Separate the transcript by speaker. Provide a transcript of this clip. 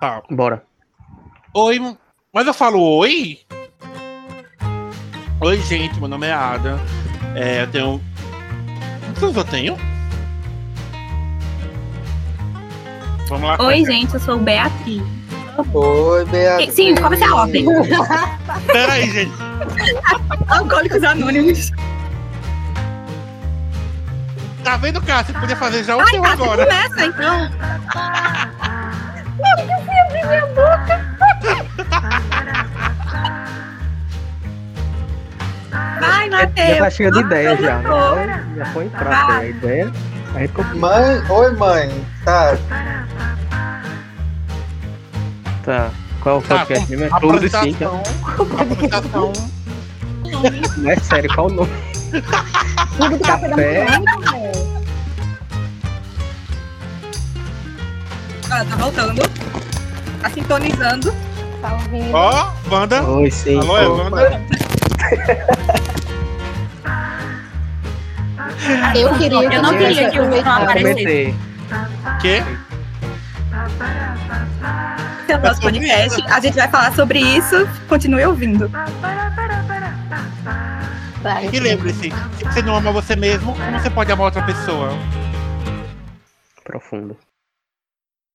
Speaker 1: Tá.
Speaker 2: Bora.
Speaker 1: Oi, mas eu falo oi? Oi, gente, meu nome é Ada. É, eu tenho. Quantos anos eu tenho? Vamos lá.
Speaker 3: Oi, gente, eu sou Beatriz.
Speaker 4: Oi,
Speaker 2: É
Speaker 4: Beatriz.
Speaker 3: Sim, qual vai ser a ordem?
Speaker 1: Peraí, gente.
Speaker 3: Alcoólicos Anônimos.
Speaker 1: Tá vendo, Cássio? Podia fazer já o
Speaker 3: Ai,
Speaker 1: seu
Speaker 3: tá, você
Speaker 1: agora.
Speaker 3: começa, então. Vai,
Speaker 2: Já tá
Speaker 3: Matheus.
Speaker 2: cheio de ideia já. né?
Speaker 3: Bora.
Speaker 2: Já foi entrar a ideia. A gente ficou-
Speaker 4: Mãe, oi, mãe. Tá,
Speaker 2: Tá. Qual é o
Speaker 1: Tá,
Speaker 2: podcast mesmo? É Clube dos Cinco.
Speaker 1: apresentação. Apresentação.
Speaker 2: Não é sério, qual o nome?
Speaker 5: Clube do Café da
Speaker 2: Café.
Speaker 5: Manhã, velho.
Speaker 3: Ah, tá voltando. Tá sintonizando.
Speaker 5: Tá ouvindo?
Speaker 1: Ó, Wanda.
Speaker 2: Oi, sim.
Speaker 1: Alô, é Wanda.
Speaker 5: Eu queria que
Speaker 3: Eu não
Speaker 5: tivesse
Speaker 3: queria que o Wilson
Speaker 5: aproveitado.
Speaker 3: aparecesse
Speaker 2: Comentei.
Speaker 1: Quê?
Speaker 3: no nosso podcast. A gente vai falar sobre isso. Continue ouvindo.
Speaker 5: Vai,
Speaker 1: E lembre-se, se você não ama você mesmo, como você pode amar outra pessoa?
Speaker 2: Profundo.